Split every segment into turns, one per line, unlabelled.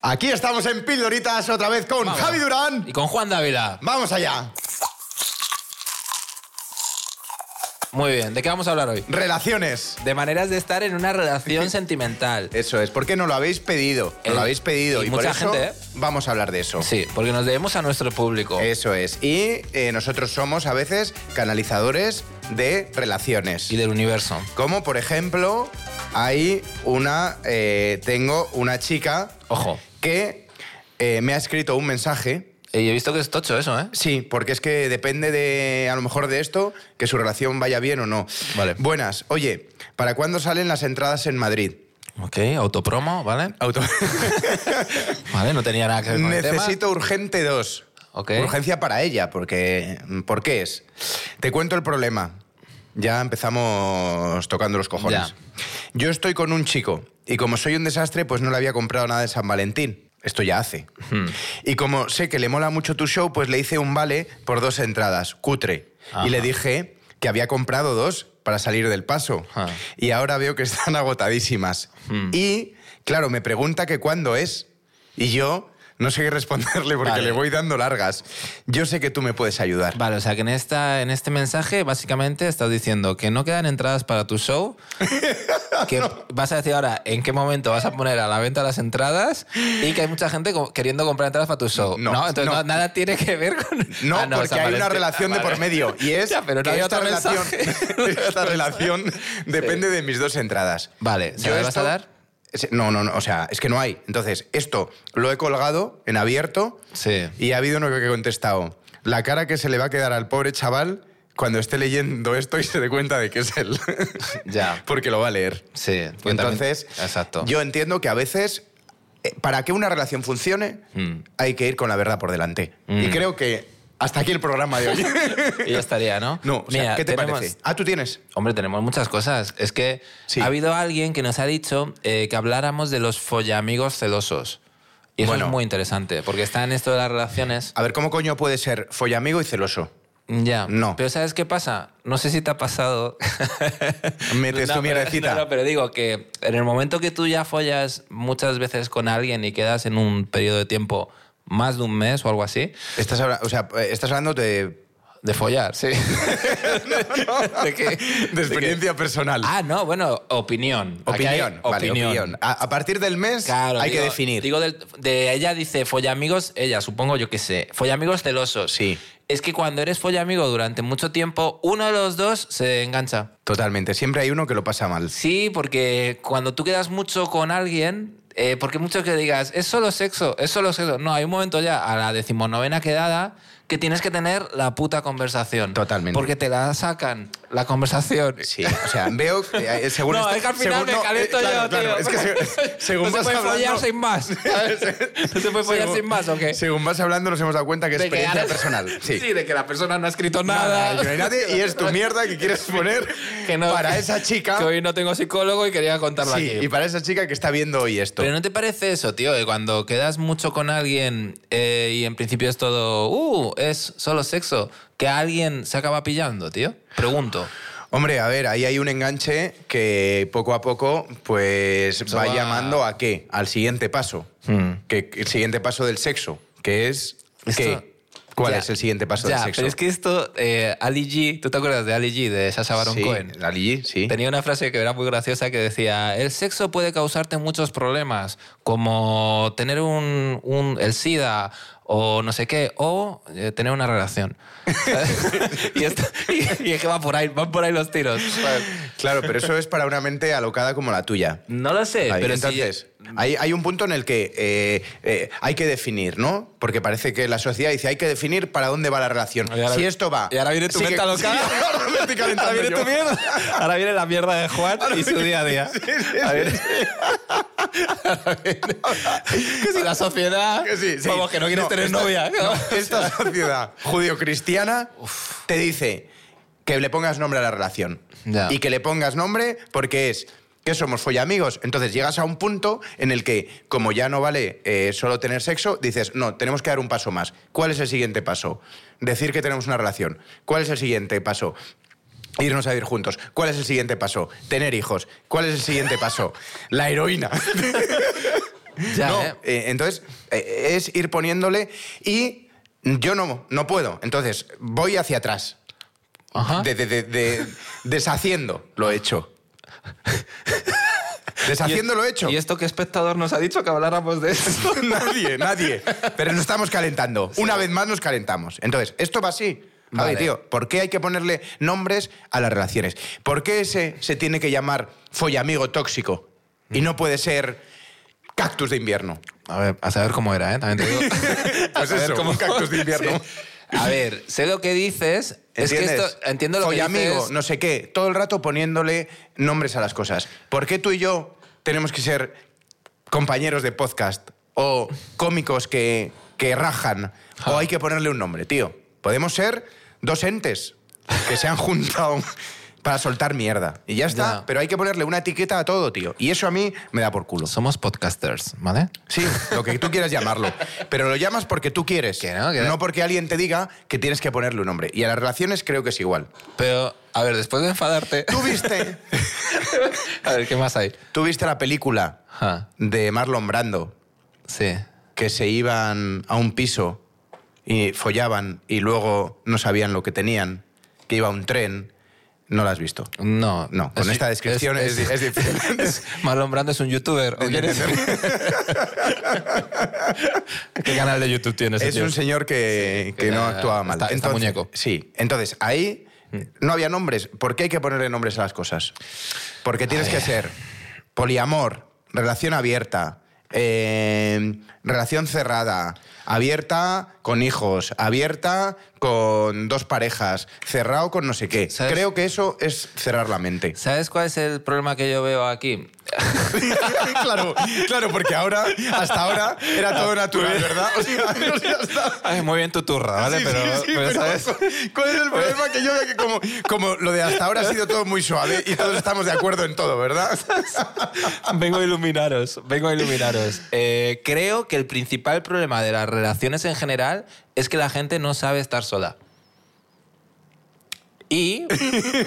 Aquí estamos en Pildoritas otra vez con
Vamos.
Javi Durán.
Y con Juan Dávila.
Vamos allá.
Muy bien, ¿de qué vamos a hablar hoy?
Relaciones.
De maneras de estar en una relación sentimental.
Eso es, porque no lo habéis pedido. No
Eh,
lo habéis pedido.
y
Y, por
mucha
eso
gente, ¿eh?
vamos a hablar de eso.
Sí, porque nos debemos a nuestro público.
Eso es. Y eh, nosotros somos a veces canalizadores de relaciones.
Y del universo.
Como por ejemplo, hay una. eh, tengo una chica
Ojo.
que eh, me ha escrito un mensaje.
Y he visto que es tocho eso, ¿eh?
Sí, porque es que depende de, a lo mejor de esto, que su relación vaya bien o no.
Vale.
Buenas. Oye, ¿para cuándo salen las entradas en Madrid?
Ok, autopromo, ¿vale?
Auto.
Vale, no tenía nada que ver con el tema.
Necesito urgente dos.
Ok.
Urgencia para ella, porque ¿por qué es? Te cuento el problema. Ya empezamos tocando los cojones.
Ya.
Yo estoy con un chico y como soy un desastre, pues no le había comprado nada de San Valentín. Esto ya hace.
Hmm.
Y como sé que le mola mucho tu show, pues le hice un vale por dos entradas, cutre.
Ajá.
Y le dije que había comprado dos para salir del paso.
Ajá. Hmm.
Y ahora veo que están agotadísimas. Y, claro, me pregunta que cuándo es. Y yo no sé qué responderle porque
Vale.
le voy dando largas. Yo sé que tú me puedes ayudar.
Vale, o sea que en, esta, en este mensaje básicamente estás diciendo que no quedan entradas para tu show, que vas a decir ahora en qué momento vas a poner a la venta las entradas y que hay mucha gente co- queriendo comprar entradas para tu show. No,
No,
entonces
no.
no- nada tiene que ver con...
No,
Ah,
porque
San
hay una
Valentín.
relación
Ah,
de por
vale.
medio. Y es
Ya, pero no
que
había
esta
otro
relación,
mensaje. No había
esta relación depende de mis dos entradas.
Vale, ¿se
Yo
la vas a
esto-
dar?
Es- No, no, no, o sea, es que no hay. Entonces, esto lo he colgado en abierto
Sí.
y ha habido uno que ha contestado. La cara que se le va a quedar al pobre chaval cuando esté leyendo esto y se dé cuenta de que es él.
Ya.
Porque lo va a leer.
Sí. porque
Pues Entonces,
también- Exacto.
yo entiendo que a veces, eh, para que una relación funcione,
Mm.
hay que ir con la verdad por delante. Y
Mm.
creo que hasta aquí el programa de hoy.
Y ya estaría, ¿no?
no, o sea,
Mira,
¿qué te
tenemos-
parece? Ah, tú tienes.
Hombre, tenemos muchas cosas. Es que
Sí.
ha habido alguien que nos ha dicho eh, que habláramos de los follamigos celosos. Y eso
Bueno. Ah,
es muy interesante, porque está en esto de las relaciones.
A ver, ¿cómo coño puede ser follamigo y celoso?
Ya.
No.
Pero ¿sabes qué pasa? No sé si te ha pasado.
Metes tu
pero,
mierdecita.
no, no, pero digo que en el momento que tú ya follas muchas veces con alguien y quedas en un periodo de tiempo más de un mes o algo así,
Estás, habla- o sea, eh, estás hablando de,
de follar, sí.
¿De, experiencia personal.
ah, no, bueno, opinión. Aquí hay
opinión, vale, opinión. A, a partir del mes
Claro,
hay que
digo-
definir.
Digo, del- de ella dice follamigos, ella supongo yo que sé, follamigos celosos.
Sí.
Es que cuando eres follamigo durante mucho tiempo, uno de los dos se engancha.
Totalmente, siempre hay uno que lo pasa mal.
Sí, porque cuando tú quedas mucho con alguien, eh, porque mucho que digas, es solo sexo, es solo sexo. No, hay un momento ya, a la decimonovena quedada, que tienes que tener la puta conversación.
Totalmente.
Porque te la sacan, la conversación.
Sí, o sea, veo que eh, según
No,
esta-
es que al final
según-
me
no,
calento
eh,
yo,
claro,
tío.
claro, es que se- según
no se
vas
puede follar
hablando-
sin más. no se puede follar
según-
sin más, ¿o qué?
Según vas hablando nos hemos dado cuenta que es
De que
experiencia
ahora-
personal. Sí.
de que la persona no ha escrito
Nada,
nada.
no hay nadie, y es tu mierda que quieres poner
Que no-
para esa chica.
Que hoy no tengo psicólogo y quería contarlo
Sí,
aquí.
y para esa chica que está viendo hoy esto.
Pero ¿no te parece eso, tío? Que cuando quedas mucho con alguien eh, y en principio es todo, uh, es solo sexo, que alguien se acaba pillando, tío. Pregunto.
Hombre, a ver, ahí hay un enganche que poco a poco pues
Eso
va,
va-
llamando a qué? Al siguiente paso.
Hmm.
Que, el siguiente paso del sexo, que es
Esto-
¿qué? ¿Cuál
Ya.
es el siguiente paso
ya,
del sexo?
pero es que esto, eh, Ali G, ¿tú te acuerdas de Ali G, de Sasha Baron
sí,
Cohen?
la Lili, sí.
Tenía una frase que era muy graciosa que decía, el sexo puede causarte muchos problemas, como tener un, un- el SIDA o no sé qué, o eh, tener una relación. ¿Sabes? y, esto- y- y es que va por ahí, van por ahí los tiros. ¿sabes?
Claro, pero eso es para una mente alocada como la tuya.
No lo sé,
Ahí,
Eh, pero si-
entonces, hay, hay un punto en el que eh, eh, hay que definir, ¿no? Porque parece que la sociedad dice hay que definir para dónde va la relación.
Y ahora-
si esto va...
y ahora viene tu
Sí,
mente
que-
alocada.
sí, ahora me estoy calentando
Ahora viene
yo.
tu mierda. Ahora viene la mierda de Juan y su día a día. Ahora viene- Ahora viene- Que si la sociedad.
Que sí, sí.
Vamos, que no quieres
No,
tener
esta-
novia. ¿no?
Esta sociedad judio-cristiana te dice que le pongas nombre a la relación.
Ya.
Y que le pongas nombre porque es que somos follamigos. Entonces llegas a un punto en el que, como ya no vale eh, solo tener sexo, dices, no, tenemos que dar un paso más. ¿Cuál es el siguiente paso? Decir que tenemos una relación. ¿Cuál es el siguiente paso? Irnos a vivir juntos. ¿Cuál es el siguiente paso? Tener hijos. ¿Cuál es el siguiente paso? La heroína.
Ya,
no,
¿eh?
eh, entonces eh, es ir poniéndole y yo no, no puedo. Entonces voy hacia atrás,
Ajá.
de- de- de- de- deshaciendo lo hecho. deshaciendo lo hecho.
¿Y esto qué espectador nos ha dicho que habláramos de esto?
nadie, nadie. Pero nos estamos calentando. Una vez más nos calentamos. Entonces, esto va así. Javi,
Vale.
tío, ¿por qué hay que ponerle nombres a las relaciones? ¿Por qué ese se tiene que llamar follamigo tóxico y no puede ser cactus de invierno?
A ver, a saber cómo era, ¿eh? También te digo.
Pues
saber
eso, un cactus de invierno.
Sí. A ver, sé lo que dices. Es que esto, entiendo lo que
Follamigo,
dices.
no sé qué. Todo el rato poniéndole nombres a las cosas. ¿Por qué tú y yo tenemos que ser compañeros de podcast o cómicos que, que rajan?
Ah.
O hay que ponerle un nombre, tío. Podemos ser dos entes que se han juntado para soltar mierda. Y ya está.
Ya.
Pero hay que ponerle una etiqueta a todo, tío. Y eso a mí me da por culo.
Somos podcasters, ¿vale?
Sí, lo que tú quieras llamarlo. Pero lo llamas porque tú quieres.
Que no, que no.
no porque alguien te diga que tienes que ponerle un nombre. Y a las relaciones creo que es igual.
Pero, a ver, después de enfadarte.
¿Tú viste,
A ver, ¿qué más hay?
tú viste la película
Ajá,
de Marlon Brando
sí.
que se iban a un piso y follaban y luego no sabían lo que tenían, que iba un tren? No la has visto.
No.
No, con
es-
esta descripción es, es difícil.
Marlon Brando es un youtuber. ¿o quién es? ¿Qué canal de YouTube tienes?
Es un señor que, que
que
no
era-
actuaba mal.
está- está muñeco.
Sí. Entonces, ahí no había nombres. ¿Por qué hay que ponerle nombres a las cosas? Porque tienes que ser poliamor, relación abierta, eh, relación cerrada, abierta con hijos, abierta con dos parejas, cerrado con no sé qué.
¿Sabes?
Creo que eso es cerrar la mente.
¿Sabes cuál es el problema que yo veo aquí?
claro, claro, porque ahora, hasta ahora, era todo natural, ¿verdad? O sea, o sea, hasta-
Ay, muy bien tu turra, ¿vale?
Sí,
pero,
sí, sí,
pero,
pero
¿sabes?
cu- ¿Cuál es el problema? Que yo veo que como, como lo de hasta ahora ha sido todo muy suave y todos estamos de acuerdo en todo, ¿verdad?
Vengo a iluminaros, vengo a iluminaros. Eh, creo que el principal problema de las relaciones en general es que la gente no sabe estar sola. Y,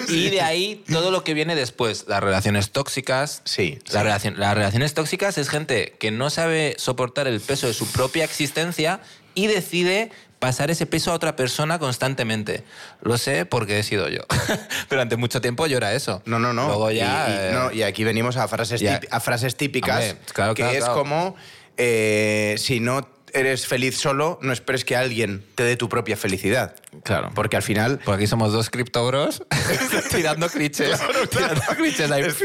y de ahí todo lo que viene después, las relaciones tóxicas.
Sí,
La relación- las relaciones tóxicas es gente que no sabe soportar el peso de su propia existencia y decide pasar ese peso a otra persona constantemente. Lo sé porque he sido yo. Durante mucho tiempo yo era eso.
No, no, no.
Luego
Y-
ya...
y,
eh,
no, y aquí venimos a frases,
ya.
típ- a frases típicas
Hombre, claro,
que
claro,
es
claro.
como eh, si no eres feliz solo, no esperes que alguien te dé tu propia felicidad.
Claro.
Porque al final...
Por aquí somos dos criptobros tirando clichés. Tirando clichés ahí.
Es-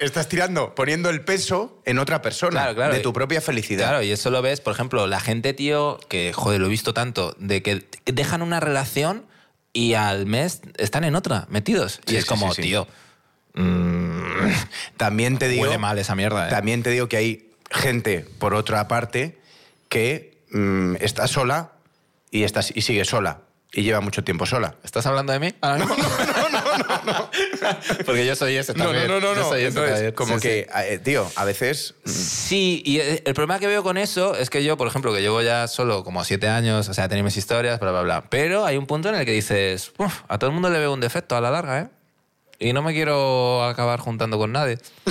Estás tirando, poniendo el peso en otra persona
Claro, claro.
de tu propia felicidad.
Claro, y eso lo ves, por ejemplo, la gente, tío, que, joder, lo he visto tanto, de que dejan una relación y al mes están en otra, metidos. Y
Sí,
es
sí,
como,
sí, sí.
tío,
También te digo...
huele mal esa mierda, ¿eh?
También te digo que hay gente, por otra parte, que mm, está sola y, está, y sigue sola. Y lleva mucho tiempo sola.
¿Estás hablando de mí?
Ah,
Ahora mismo? Porque yo soy ese también. Yo soy ese
Entonces,
también.
como
Sí,
que, eh, tío, a veces.
Sí, y eh, el problema que veo con eso es que yo, por ejemplo, que llevo ya solo como siete años, o sea, he tenido mis historias, bla, bla, bla. Pero hay un punto en el que dices, "Uf, a todo el mundo le veo un defecto a la larga, ¿eh? Y no me quiero acabar juntando con nadie.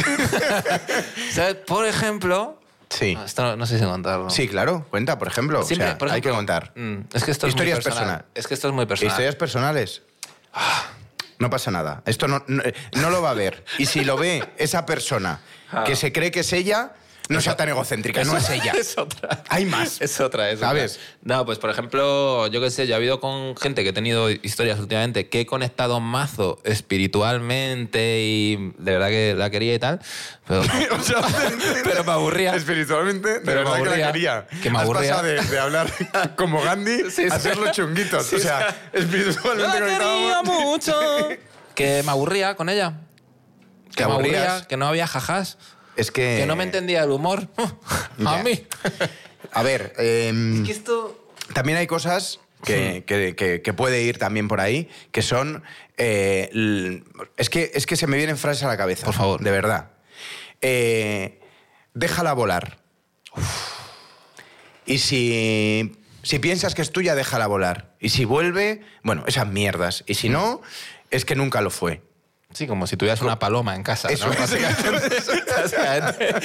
¿Sabes? Por ejemplo...
Sí.
Ah, Esto no, no sé si contarlo.
Sí, claro, cuenta, por ejemplo.
Siempre,
o sea,
por
hay que
ejemplo,
contar.
mm, es que esto es
Historias
muy personal.
personal.
Es que esto es muy personal.
Historias personales. No pasa nada. Esto no, no, eh, no lo va a ver. Y si lo ve esa persona
Ah.
que se cree que es ella, no sea tan egocéntrica, no es ella.
Es otra.
Hay más.
Es otra, es
¿Sabes?
otra. No, pues por ejemplo, yo qué sé, yo he habido con gente que he tenido historias últimamente que he conectado mazo espiritualmente y de verdad que la quería y tal, pero,
O sea,
pero me aburría.
Espiritualmente, de
Pero me
verdad que la
aburría.
quería.
Que me
Has
aburría.
pasado de, de hablar como Gandhi
Sí, sí.
a hacer los chunguitos.
Sí,
o sea,
Yo
espiritualmente
la quería
conectábamos.
mucho. Que me aburría con ella.
Te
Que me aburría,
aburrías.
que no había jajás,
Es que.
que no me entendía el humor.
ya.
A mí.
A ver, em,
Que esto...
también hay cosas que, que- que- que puede ir también por ahí, que son. eh, l- es, que, es que se me vienen frases a la cabeza.
Por favor.
De verdad. Eh, déjala volar. Y si, si piensas que es tuya, déjala volar. Y si vuelve, bueno, esas mierdas. Y si no, es que nunca lo fue.
Sí, como si tuvieras una paloma en casa.
Eso
¿no?
es.
Básicamente, básicamente,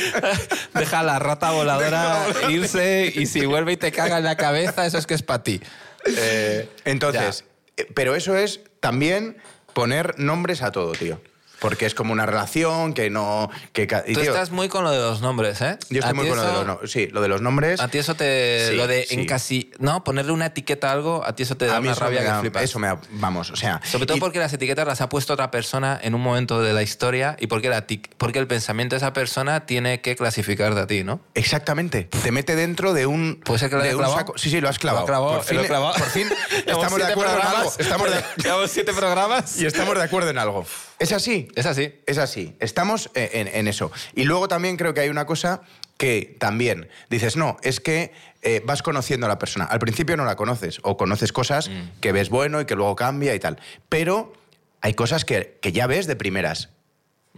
deja a la rata voladora irse y si vuelve y te caga en la cabeza, eso es que es para ti. Eh,
Entonces, eh, pero eso es también poner nombres a todo, tío. Porque es como una relación que no. Que, ca- y,
tú
tío,
estás muy con lo de los nombres, ¿eh?
Yo
A
estoy muy
ti
con lo de
eso-
los nombres. Sí, lo de los nombres.
A ti eso te.
Sí,
lo de
sí.
en casi. No, ponerle una etiqueta a algo, a ti eso te da
a mí
una
eso
rabia
me da-
que flipas.
Eso me da. Vamos, o sea.
Sobre todo
y-
porque las etiquetas las ha puesto otra persona en un momento de la historia y porque, la tic- porque el pensamiento de esa persona tiene que clasificarte a ti, ¿no?
Exactamente. Te mete dentro de un.
Puede ser que lo
de
haya
un
clavado.
saco- Sí, sí, lo has clavado.
Lo he clavado,
por fin,
lo he clavado.
por fin
Llevamos
estamos de
siete
acuerdo en
programas.
algo. Estamos de-
Llevamos siete programas.
y estamos de acuerdo en algo. ¿Es así?
Es así.
Es así, estamos eh, en, en eso. Y luego también creo que hay una cosa que también dices, no, es que eh, vas conociendo a la persona. Al principio no la conoces o conoces cosas que ves bueno y que luego cambia y tal. Pero hay cosas que, que ya ves de primeras.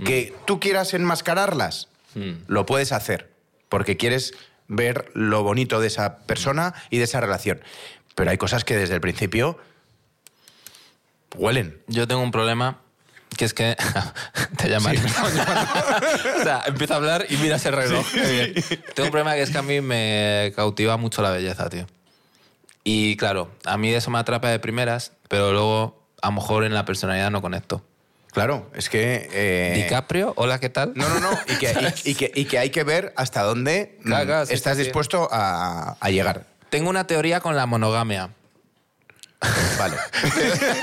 Que tú quieras enmascararlas, lo puedes hacer, porque quieres ver lo bonito de esa persona y de esa relación. Pero hay cosas que desde el principio huelen.
Yo tengo un problema que es que te llaman. o sea, empiezo a hablar y miras el reloj. Bien. Tengo un problema que es que a mí me cautiva mucho la belleza, tío. Y claro, a mí eso me atrapa de primeras, pero luego a lo mejor en la personalidad no conecto.
Claro, es que... eh,
DiCaprio, hola, ¿qué tal?
No, no, no. Y que, y- y que- y que hay que ver hasta dónde mm,
Claro, claro, sí,
estás
sí, sí.
dispuesto a, a llegar.
Tengo una teoría con la monogamia.
Vale.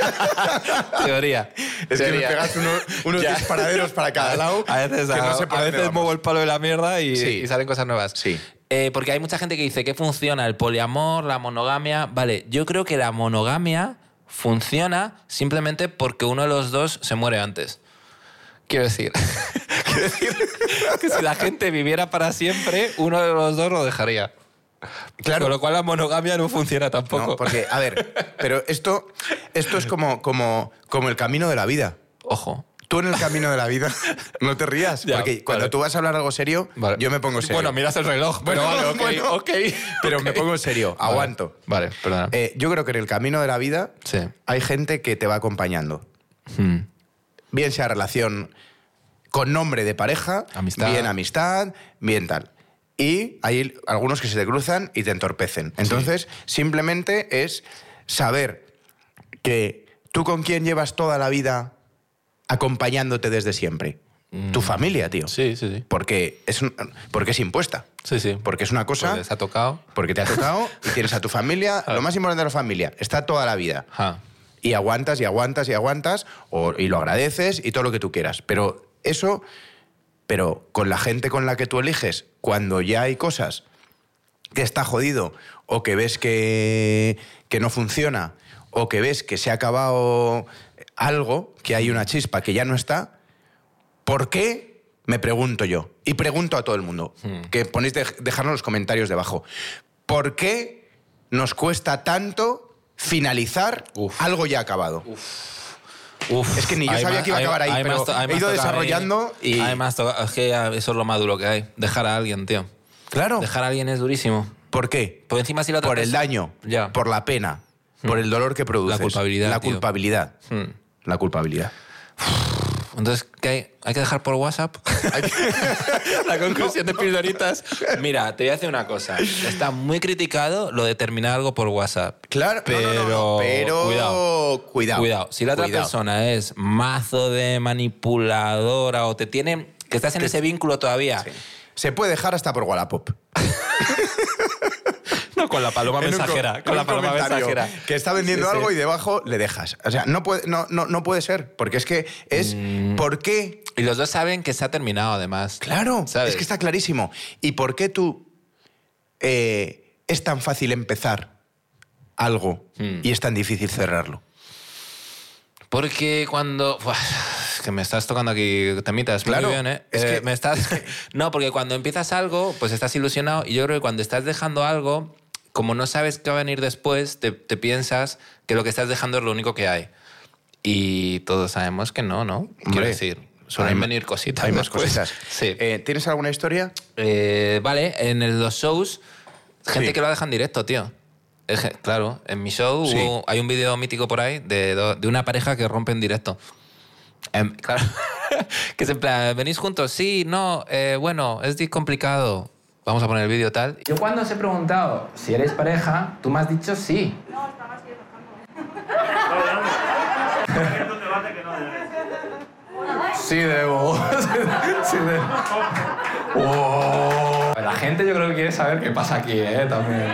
Teoría. Teoría.
unos
Ya.
disparaderos para cada lado.
A veces,
que no sé por
a
dónde
veces
vamos.
muevo el palo de la mierda y,
Sí.
y salen cosas nuevas.
Sí.
Eh, porque hay mucha gente que dice que funciona el poliamor, la monogamia. Vale, yo creo que la monogamia funciona simplemente porque uno de los dos se muere antes. Quiero decir, quiero decir que si la gente viviera para siempre, uno de los dos lo dejaría.
Claro.
Con lo cual la monogamia no funciona tampoco.
No, porque, a ver, pero esto, esto es como, como, como el camino de la vida.
Ojo.
Tú en el camino de la vida, no te rías,
Ya,
porque cuando
vale.
tú vas a hablar algo serio,
Vale.
yo me pongo serio.
Bueno, miras el reloj, pero
Bueno,
vale, ok,
bueno.
ok.
pero me
ok.
pongo serio,
Vale,
aguanto.
Vale, perdona.
Eh, yo creo que en el camino de la vida
sí.
hay gente que te va acompañando.
Hmm.
bien sea relación con nombre de pareja,
Amistad.
bien amistad, bien tal. Y hay algunos que se te cruzan y te entorpecen. Entonces, simplemente es saber que tú con quién llevas toda la vida acompañándote desde siempre. Tu familia, tío.
Mm. Sí, sí, sí.
Porque es, un- porque es impuesta.
Sí, sí.
Porque es una cosa,
Porque se ha tocado.
porque te ha tocado y tienes a tu familia. Lo más importante de la familia, está toda la vida
Ajá.
y aguantas y aguantas y aguantas o- y lo agradeces y todo lo que tú quieras. Pero eso, pero con la gente con la que tú eliges, cuando ya hay cosas que está jodido o que ves que, que no funciona o que ves que se ha acabado algo, que hay una chispa que ya no está, ¿por qué? Me pregunto yo y pregunto a todo el mundo, que ponéis de, dejarnos los comentarios debajo. ¿Por qué nos cuesta tanto finalizar
Uf.
algo ya acabado?
Uf,
Es que ni yo
ahí
sabía
me-
que iba a acabar ahí,
me
pero
has to- ahí
he
me has
ido
tocado a mí.
desarrollando y-
Ahí me has tocado- es que ya eso es lo más duro que hay. Dejar a alguien, tío.
Claro.
Dejar a alguien es durísimo.
¿Por qué?
Por encima si la otra
Por el
persona-
daño,
Ya. Hmm.
por la pena, por el dolor que produces.
culpabilidad,
La
tío.
culpabilidad.
Hmm.
La culpabilidad.
Entonces, ¿qué hay? ¿Hay que dejar por WhatsApp? la conclusión de Pildoritas. Mira, te voy a decir una cosa. Está muy criticado lo de terminar algo por WhatsApp.
Claro, no, no, no, no,
Pero-
pero
cuidado.
cuidado.
Cuidado, si la otra
cuidado.
persona es mazo de manipuladora o te tiene. que estás en ese vínculo todavía.
Se puede dejar hasta por Wallapop.
No, con la paloma
En un
mensajera.
com-
con
en
la
un
paloma
comentario
mensajera.
Que está vendiendo
Sí, sí.
algo y debajo le dejas. O sea, no puede, no, no, no puede ser. Porque es que es.
Mm.
¿Por qué?
Y los dos saben que se ha terminado, además.
Claro.
¿Sabes?
Es que está clarísimo. ¿Y por qué tú eh, es tan fácil empezar algo
Hmm.
y es tan difícil cerrarlo?
Porque cuando. Buah, es que me estás tocando aquí temitas. muy
Claro,
bien, ¿eh?
es
Eh,
que-
me estás. No, porque cuando empiezas algo, pues estás ilusionado. Y yo creo que cuando estás dejando algo, como no sabes qué va a venir después, te, te piensas que lo que estás dejando es lo único que hay. Y todos sabemos que no, ¿no? Quiero
Hombre,
decir, suelen
hay ma-
venir cositas.
Hay más
después.
cositas.
Sí.
Eh, ¿Tienes alguna historia?
Eh, vale, en el- los shows, gente
Sí.
que lo deja en directo, tío. Es que, claro, en mi show
Sí.
hubo- hay un video mítico por ahí de, do- de una pareja que rompe en directo. Em, claro. que es en plan, ¿venís juntos? Sí, no, eh, bueno, es di- complicado. Vamos a poner el vídeo tal. Yo cuando os he preguntado si eres pareja, tú me has dicho sí.
No, estabas bien bajando.
Esto te bate que no debes.
Sí, debo. sí, debo. La gente yo creo que quiere saber qué pasa aquí, ¿eh? También.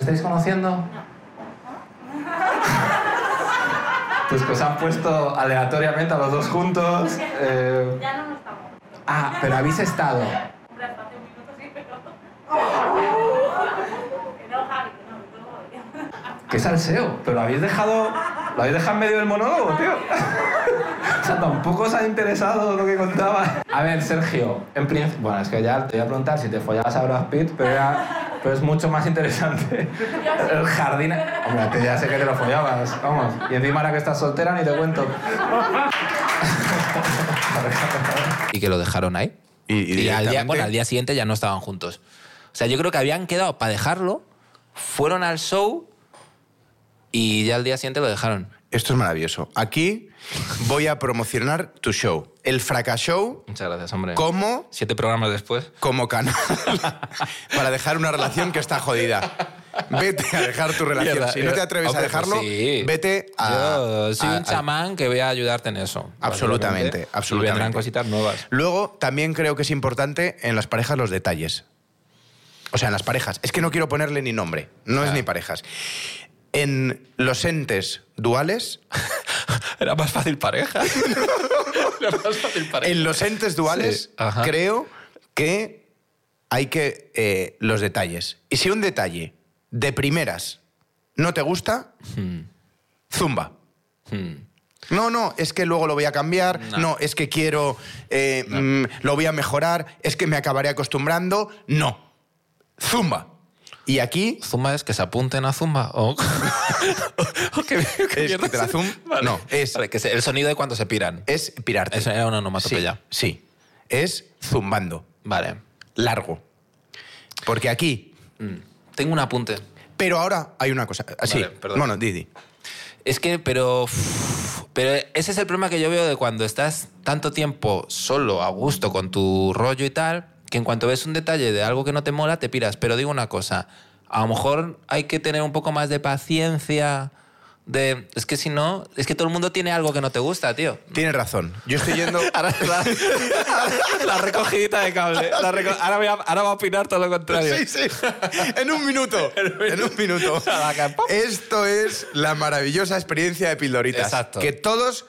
¿Estáis conociendo? Pues que os han puesto aleatoriamente a los dos juntos. eh,
Ya no nos estamos.
Ah, pero habéis estado.
Hombre, hasta hace un minuto sí, pero. Que no, Javi, que no, que no.
Qué salseo. Pero lo habéis dejado. Lo habéis dejado en medio del monólogo, tío. o sea, tampoco os ha interesado lo que contaba. A ver, Sergio, en principio. Bueno, es que ya te voy a preguntar si te follabas a Brad Pitt, pero, era- pero es mucho más interesante. El jardín. Hombre, te- ya sé que te lo follabas, vamos. Y encima ahora que estás soltera ni te cuento. y que lo dejaron ahí.
Y- y
Y al día,
directamente-
bueno, al día siguiente ya no estaban juntos. O sea, yo creo que habían quedado para dejarlo, fueron al show y ya al día siguiente lo dejaron.
Esto es maravilloso. Aquí voy a promocionar tu show, el Fraca Show,
Muchas gracias, hombre.
como,
Siete programas después.
como canal para dejar una relación que está jodida. Vete a dejar tu relación.
Mierda, eh,
si no te atreves
hombre,
a dejarlo,
pues sí.
vete a.
Yo soy
a-
un
a-
chamán que voy a ayudarte en eso.
Absolutamente,
básicamente.
absolutamente.
Y vendrán cositas nuevas.
Luego, también creo que es importante en las parejas los detalles. O sea, en las parejas. Es que no quiero ponerle ni nombre. No es
Ah.
ni parejas. En los entes duales,
Era más fácil pareja. Era más fácil pareja.
en los entes duales,
Sí, ajá.
creo que hay que eh, los detalles. Y si un detalle de primeras no te gusta,
Hmm.
zumba. No, no, es que luego lo voy a cambiar, no, es que quiero, eh, mm, lo voy a mejorar, es que me acabaré acostumbrando, no. Zumba. Y aquí
Zumba es que se apunten a Zumba. O, o que,
Es que te la zum- no, es-
Vale, que se- el sonido de cuando se piran.
es pirarte.
Eso era una
sí,
onomatopeya.
sí, es zumbando,
Vale.
largo. Porque aquí
Tengo un apunte.
Pero ahora hay una cosa. Así.
Vale, perdón.
Bueno, Didi.
Es que, pero. uff, Pero ese es el problema que yo veo de cuando estás tanto tiempo solo, a gusto, con tu rollo y tal, que en cuanto ves un detalle de algo que no te mola, te piras. Pero digo una cosa, a lo mejor hay que tener un poco más de paciencia. De, es que si no, es que todo el mundo tiene algo que no te gusta, tío.
Tienes razón. Yo estoy yendo.
Ahora la, la recogidita de cable. La reco- ahora, voy a, ahora va a opinar todo lo contrario.
sí, sí. En un minuto. En un minuto. Esto es la maravillosa experiencia de Pildoritas.
Exacto.
Que todos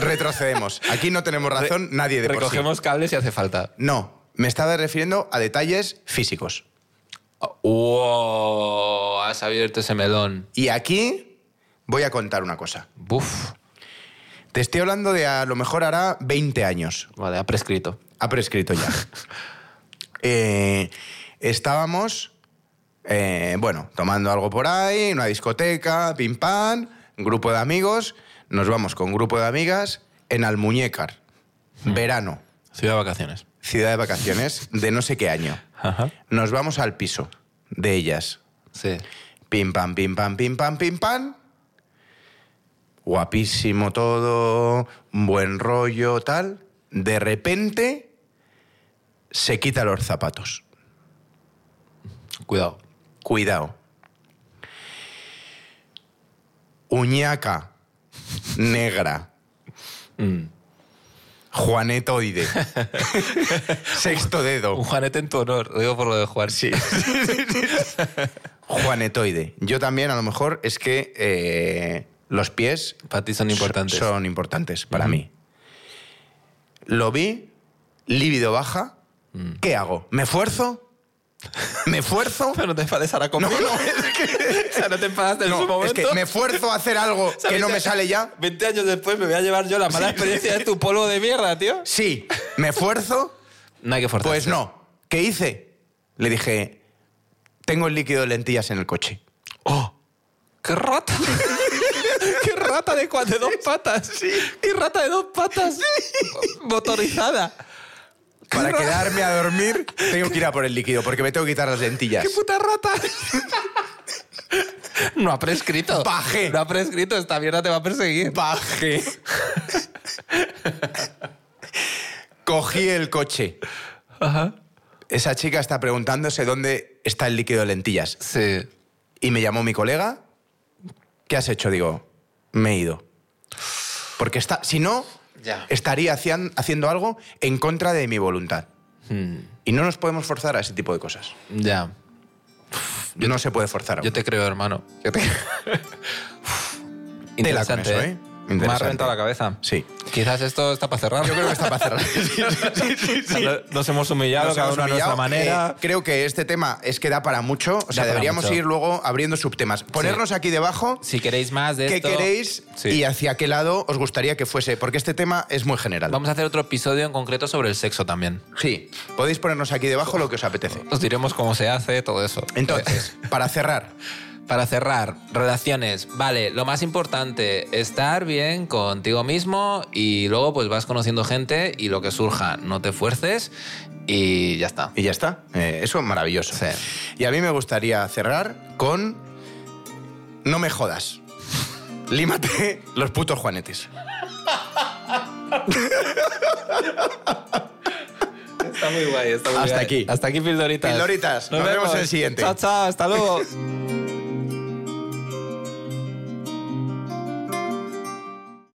retrocedemos. Aquí no tenemos razón, nadie de por sí.
Recogemos cables si hace falta.
No. Me estaba refiriendo a detalles físicos.
¡Wow! Has abierto ese melón.
Y aquí voy a contar una cosa.
¡Buf!
Te estoy hablando de a lo mejor hará 20 años.
Vale, ha prescrito.
Ha prescrito ya. Eh, estábamos, eh, bueno, tomando algo por ahí, en una discoteca, pim pam, grupo de amigos. Nos vamos con grupo de amigas en Almuñécar, Mm. verano,
Ciudad de vacaciones.
ciudad de vacaciones de no sé qué año.
Ajá.
Nos vamos al piso de ellas.
Sí.
Pim pam, pim pam, pim pam, pim pam. Guapísimo todo, buen rollo, tal. De repente se quita los zapatos.
Cuidado.
Cuidado. Uñaca negra.
Mm.
Juanetoide. Sexto dedo.
Un juanete en tu honor, lo digo por lo de jugar. Sí.
Juanetoide. Yo también, a lo mejor, es que eh, los pies
Para ti son importantes.
Son importantes para
Ujú.
mí. Lo vi, líbido baja.
Mm.
¿Qué hago? ¿Me esfuerzo? ¿Me esfuerzo?
Pero no te enfades ahora
No,
conmigo.
no, es que,
O sea, no te enfadaste en
no,
su
es
momento.
que me esfuerzo a hacer algo
sea,
que no
viste-
me sale ya.
20 años después me voy a llevar yo la mala experiencia de tu polvo de mierda, tío.
Sí, ¿me esfuerzo?
No hay que forzar.
Pues no. ¿Qué hice? Le dije, tengo el líquido de lentillas en el coche.
Oh. ¡Qué rata! ¡Qué rata de, cua- de dos patas! ¡Qué rata de dos patas! Motorizada.
Para
Claro.
quedarme a dormir, tengo que ir a por el líquido porque me tengo que quitar las lentillas.
¡Qué puta rata! No ha prescrito.
Paje.
No ha prescrito. Esta mierda te va a perseguir.
Bajé. Cogí el coche.
Ajá.
Esa chica está preguntándose dónde está el líquido de lentillas.
Sí.
Y me llamó mi colega. ¿Qué has hecho? Digo, me he ido. Porque está, si no,
Ya.
estaría hacian- haciendo algo en contra de mi voluntad.
Hmm,
Y no nos podemos forzar a ese tipo de cosas.
Ya.
no se puede forzar.
Yo te creo, hermano. Yo te... Uf,
Tela con eso, ¿eh?
Me ha
Interesante.
reventado la cabeza.
Sí.
Quizás esto está para cerrar.
Yo creo que está para cerrar.
Nos hemos humillado
Nos
cada
hemos
uno a nuestra
humillado.
manera.
Eh, creo que este tema es que da para mucho. O sea,
para
deberíamos
mucho.
ir luego abriendo subtemas. Ponernos aquí debajo
Si queréis más de
qué
esto...
queréis
Sí.
y hacia qué lado os gustaría que fuese, porque este tema es muy general.
Vamos a hacer otro episodio en concreto sobre el sexo también.
Sí, podéis ponernos aquí debajo lo que os apetece.
Os diremos cómo se hace, todo eso.
Entonces, para cerrar,
Para cerrar, relaciones. Vale, lo más importante, estar bien contigo mismo y luego pues vas conociendo gente y lo que surja, no te fuerces y ya está.
y ya está. Eh, eso es maravilloso.
Sí.
Y a mí me gustaría cerrar con No me jodas. Límate los putos juanetes.
Está muy guay, está
muy Hasta guay. aquí.
Hasta aquí, Pildoritas.
Pildoritas, nos vemos en el siguiente.
Chao, chao, hasta luego.